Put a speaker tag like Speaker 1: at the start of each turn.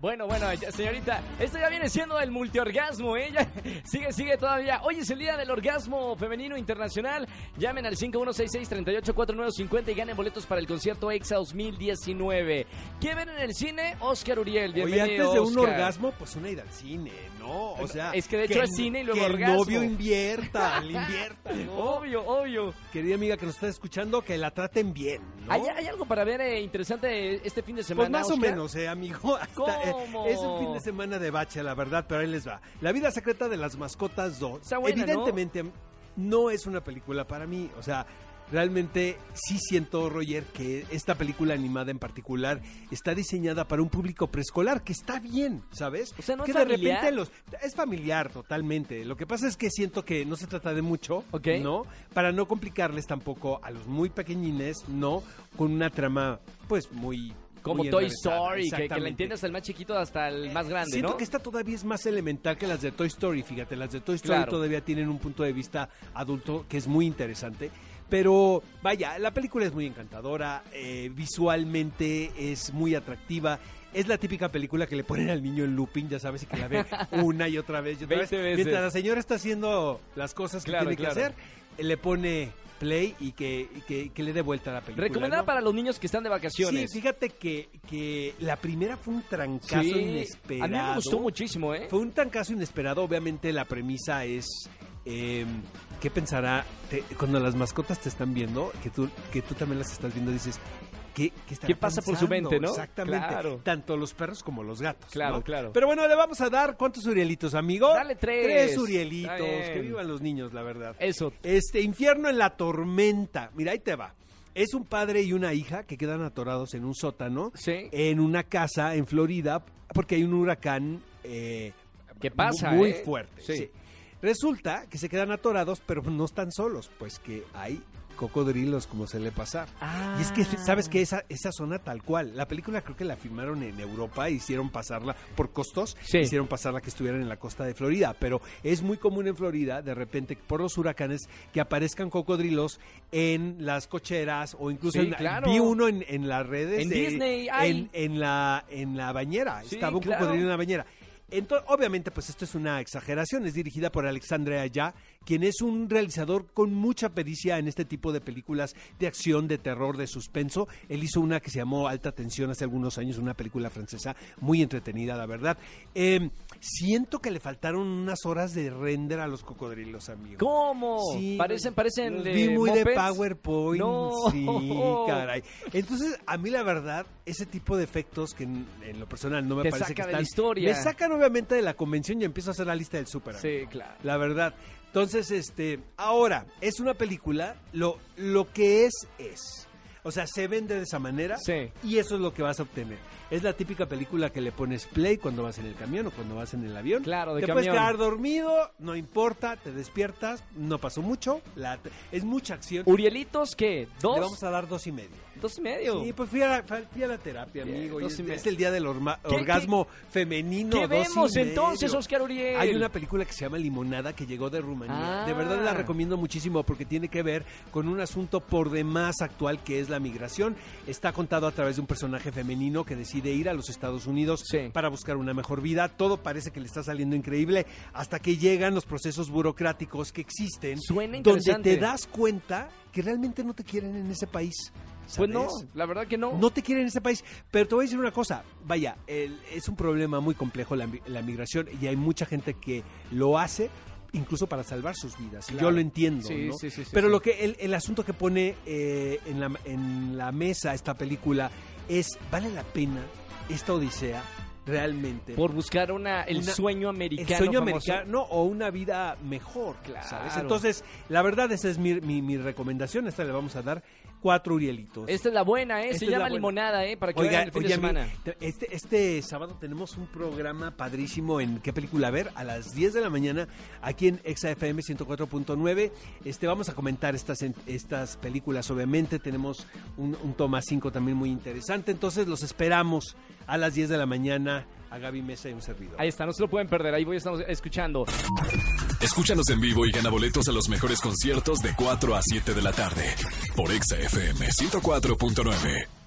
Speaker 1: Bueno, bueno, ya- señorita, esto ya viene siendo el multiorgasmo, ¿eh? Ya- sigue, sigue todavía. Hoy es el día del orgasmo femenino internacional. Llamen al 5166-384950 y ganen boletos para el concierto EXA 2019. ¿Qué ven en el cine? Oscar Uriel,
Speaker 2: Oye,
Speaker 1: bienvenido.
Speaker 2: antes de un
Speaker 1: Oscar.
Speaker 2: orgasmo, pues una ida al cine, ¿no? O sea,
Speaker 1: Es que de hecho es cine y luego
Speaker 2: que
Speaker 1: orgasmo.
Speaker 2: el novio invierta, le invierta, ¿no?
Speaker 1: Obvio, obvio.
Speaker 2: Querida amiga que nos está escuchando, que la traten bien, ¿no?
Speaker 1: ¿Hay, hay algo para ver eh, interesante este fin de semana?
Speaker 2: Pues más o
Speaker 1: Oscar?
Speaker 2: menos, eh, amigo. Ahí está, eh,
Speaker 1: ¿Cómo?
Speaker 2: es un fin de semana de bache, la verdad, pero ahí les va. La vida secreta de las mascotas 2.
Speaker 1: Está buena, ¿no?
Speaker 2: Evidentemente, ¿no? es una película para mí. O sea, realmente sí siento, Roger, que esta película animada en particular está diseñada para un público preescolar, que está bien, ¿sabes?
Speaker 1: O sea, ¿no
Speaker 2: que
Speaker 1: es familiar?
Speaker 2: de repente los. Es familiar totalmente. Lo que pasa es que siento que no se trata de mucho,
Speaker 1: Ok.
Speaker 2: ¿no? Para no complicarles tampoco a los muy pequeñines, ¿no? Con una trama, pues, muy
Speaker 1: Como
Speaker 2: muy
Speaker 1: Toy
Speaker 2: enrevesada,
Speaker 1: Story, que- que, la
Speaker 2: exactamente.
Speaker 1: entiendas al más chiquito hasta el más grande,
Speaker 2: Siento
Speaker 1: ¿no?
Speaker 2: que esta todavía es más elemental que las de Toy Story, fíjate, las de Toy Story
Speaker 1: Claro.
Speaker 2: todavía tienen un punto de vista adulto que es muy interesante. Pero vaya, la película es muy encantadora, eh, visualmente es muy atractiva. Es la típica película que le ponen al niño en looping, ya sabes, y que la ve una y otra vez. Y otra vez.
Speaker 1: 20 veces.
Speaker 2: Mientras la señora está haciendo las cosas que
Speaker 1: Claro,
Speaker 2: tiene
Speaker 1: claro.
Speaker 2: que hacer, eh, le pone play y que, y que, que le dé vuelta a la película.
Speaker 1: Recomendada
Speaker 2: ¿no?
Speaker 1: para los niños que están de vacaciones.
Speaker 2: Sí, fíjate que, que la primera fue un trancazo inesperado.
Speaker 1: A mí me gustó muchísimo, ¿eh?
Speaker 2: Fue un trancazo inesperado. Obviamente la premisa es... eh, ¿Qué pensará te- cuando las mascotas te están viendo? Que tú, que tú también las estás viendo dices... ¿Qué, qué, estará
Speaker 1: ¿Qué pasa por su
Speaker 2: pensando?
Speaker 1: mente, no?
Speaker 2: Exactamente.
Speaker 1: Claro.
Speaker 2: Tanto los perros como los gatos.
Speaker 1: Claro,
Speaker 2: ¿no?
Speaker 1: claro.
Speaker 2: Pero bueno, le vamos a dar cuántos urielitos, amigo.
Speaker 1: Dale tres.
Speaker 2: Tres urielitos.
Speaker 1: Está bien.
Speaker 2: Que vivan los niños, la verdad.
Speaker 1: Eso.
Speaker 2: Este, Infierno en la Tormenta. Mira, ahí te va. Es un padre y una hija que quedan atorados en un sótano,
Speaker 1: Sí.
Speaker 2: en una casa en Florida, porque hay un huracán eh,
Speaker 1: ¿Qué pasa,
Speaker 2: muy
Speaker 1: eh?
Speaker 2: fuerte.
Speaker 1: Sí.
Speaker 2: sí. Resulta que se quedan atorados, pero no están solos, pues que hay cocodrilos, como se le pasar.
Speaker 1: Ah.
Speaker 2: Y es que, ¿sabes que Esa, esa zona tal cual. La película creo que la filmaron en Europa, hicieron pasarla por costos,
Speaker 1: Sí.
Speaker 2: hicieron pasarla que estuvieran en la costa de Florida. Pero es muy común en Florida, de repente, por los huracanes, que aparezcan cocodrilos en las cocheras o incluso
Speaker 1: Sí,
Speaker 2: en-
Speaker 1: claro.
Speaker 2: vi uno en, en las redes.
Speaker 1: En
Speaker 2: de-
Speaker 1: Disney hay.
Speaker 2: En, en la, en la bañera.
Speaker 1: Sí,
Speaker 2: Estaba un
Speaker 1: claro.
Speaker 2: cocodrilo en la bañera. Entonces, obviamente, pues esto es una exageración. Es dirigida por Alexandre Ayá, quien es un realizador con mucha pericia en este tipo de películas de acción, de terror, de suspenso. Él hizo una que se llamó Alta Tensión hace algunos años, una película francesa muy entretenida, la verdad. Eh, siento que le faltaron unas horas de render a los cocodrilos, amigo.
Speaker 1: ¿Cómo?
Speaker 2: Sí,
Speaker 1: parecen, parecen
Speaker 2: los
Speaker 1: de
Speaker 2: vi muy de
Speaker 1: mopeds.
Speaker 2: PowerPoint.
Speaker 1: No.
Speaker 2: Sí, caray. Entonces, a mí la verdad, ese tipo de efectos que en, en lo personal no me
Speaker 1: Te
Speaker 2: parece
Speaker 1: saca
Speaker 2: que
Speaker 1: de la
Speaker 2: están,
Speaker 1: historia.
Speaker 2: Me sacan obviamente de la convención y empiezo a hacer la lista del súper. amigo.
Speaker 1: Sí, claro.
Speaker 2: La verdad. Entonces, este, ahora, es una película, lo, lo que es, es. O sea, se vende de esa manera
Speaker 1: Sí.
Speaker 2: y eso es lo que vas a obtener. Es la típica película que le pones play cuando vas en el camión o cuando vas en el avión.
Speaker 1: Claro, de
Speaker 2: Te
Speaker 1: camión.
Speaker 2: puedes quedar dormido, no importa, te despiertas, no pasó mucho, la- es mucha acción.
Speaker 1: ¿Urielitos qué?
Speaker 2: Le
Speaker 1: ¿Dos?
Speaker 2: vamos a dar dos y medio.
Speaker 1: ¿Dos y medio?
Speaker 2: Sí, pues fui a la, fui a la terapia,
Speaker 1: Bien,
Speaker 2: amigo. y
Speaker 1: dos y
Speaker 2: es,
Speaker 1: medio.
Speaker 2: es el día del orma-
Speaker 1: ¿Qué-
Speaker 2: orgasmo femenino.
Speaker 1: ¿Qué
Speaker 2: dos y
Speaker 1: vemos
Speaker 2: medio.
Speaker 1: entonces, Oscar Uriel?
Speaker 2: Hay una película que se llama Limonada que llegó de Rumanía.
Speaker 1: Ah.
Speaker 2: De verdad la recomiendo muchísimo porque tiene que ver con un asunto por demás actual que es la migración. Está contado a través de un personaje femenino que decide ir a los Estados Unidos
Speaker 1: Sí.
Speaker 2: para buscar una mejor vida. Todo parece que le está saliendo increíble hasta que llegan los procesos burocráticos que existen
Speaker 1: Suena
Speaker 2: donde
Speaker 1: interesante.
Speaker 2: te das cuenta que realmente no te quieren en ese país.
Speaker 1: Pues no,
Speaker 2: ¿sabes?
Speaker 1: la verdad que no.
Speaker 2: No te quieren en ese país. Pero te voy a decir una cosa. Vaya, el- es un problema muy complejo la, mi- la migración y hay mucha gente que lo hace incluso para salvar sus vidas. y
Speaker 1: Claro.
Speaker 2: Yo lo entiendo.
Speaker 1: Sí,
Speaker 2: ¿no?
Speaker 1: sí, sí, sí,
Speaker 2: Pero
Speaker 1: sí.
Speaker 2: lo que el, el asunto que pone eh, en, la, en la mesa esta película es, ¿vale la pena esta odisea realmente?
Speaker 1: Por buscar una, el
Speaker 2: Una-
Speaker 1: sueño americano.
Speaker 2: el sueño
Speaker 1: famoso.
Speaker 2: americano o una vida mejor,
Speaker 1: Claro.
Speaker 2: ¿sabes? Entonces, la verdad, esa es mi, mi, mi recomendación. Esta le vamos a dar cuatro urielitos.
Speaker 1: Esta es la buena, ¿eh?
Speaker 2: Esta
Speaker 1: Se
Speaker 2: es la
Speaker 1: llama
Speaker 2: buena.
Speaker 1: Limonada, ¿eh? Para que
Speaker 2: Oiga,
Speaker 1: vean el fin de
Speaker 2: oye,
Speaker 1: semana.
Speaker 2: mi- te- este, este sábado tenemos un programa padrísimo en qué película ver a las 10 de la mañana aquí en ExaFM 104.9. Este, vamos a comentar estas, en- estas películas, obviamente. Tenemos un, un toma 5 también muy interesante. Entonces los esperamos a las 10 de la mañana a Gaby Mesa y un servidor.
Speaker 1: Ahí está, no se lo pueden perder. Ahí voy, estamos escuchando.
Speaker 3: Escúchanos en vivo y gana boletos a los mejores conciertos de 4 a 7 de la tarde por Exa FM 104.9.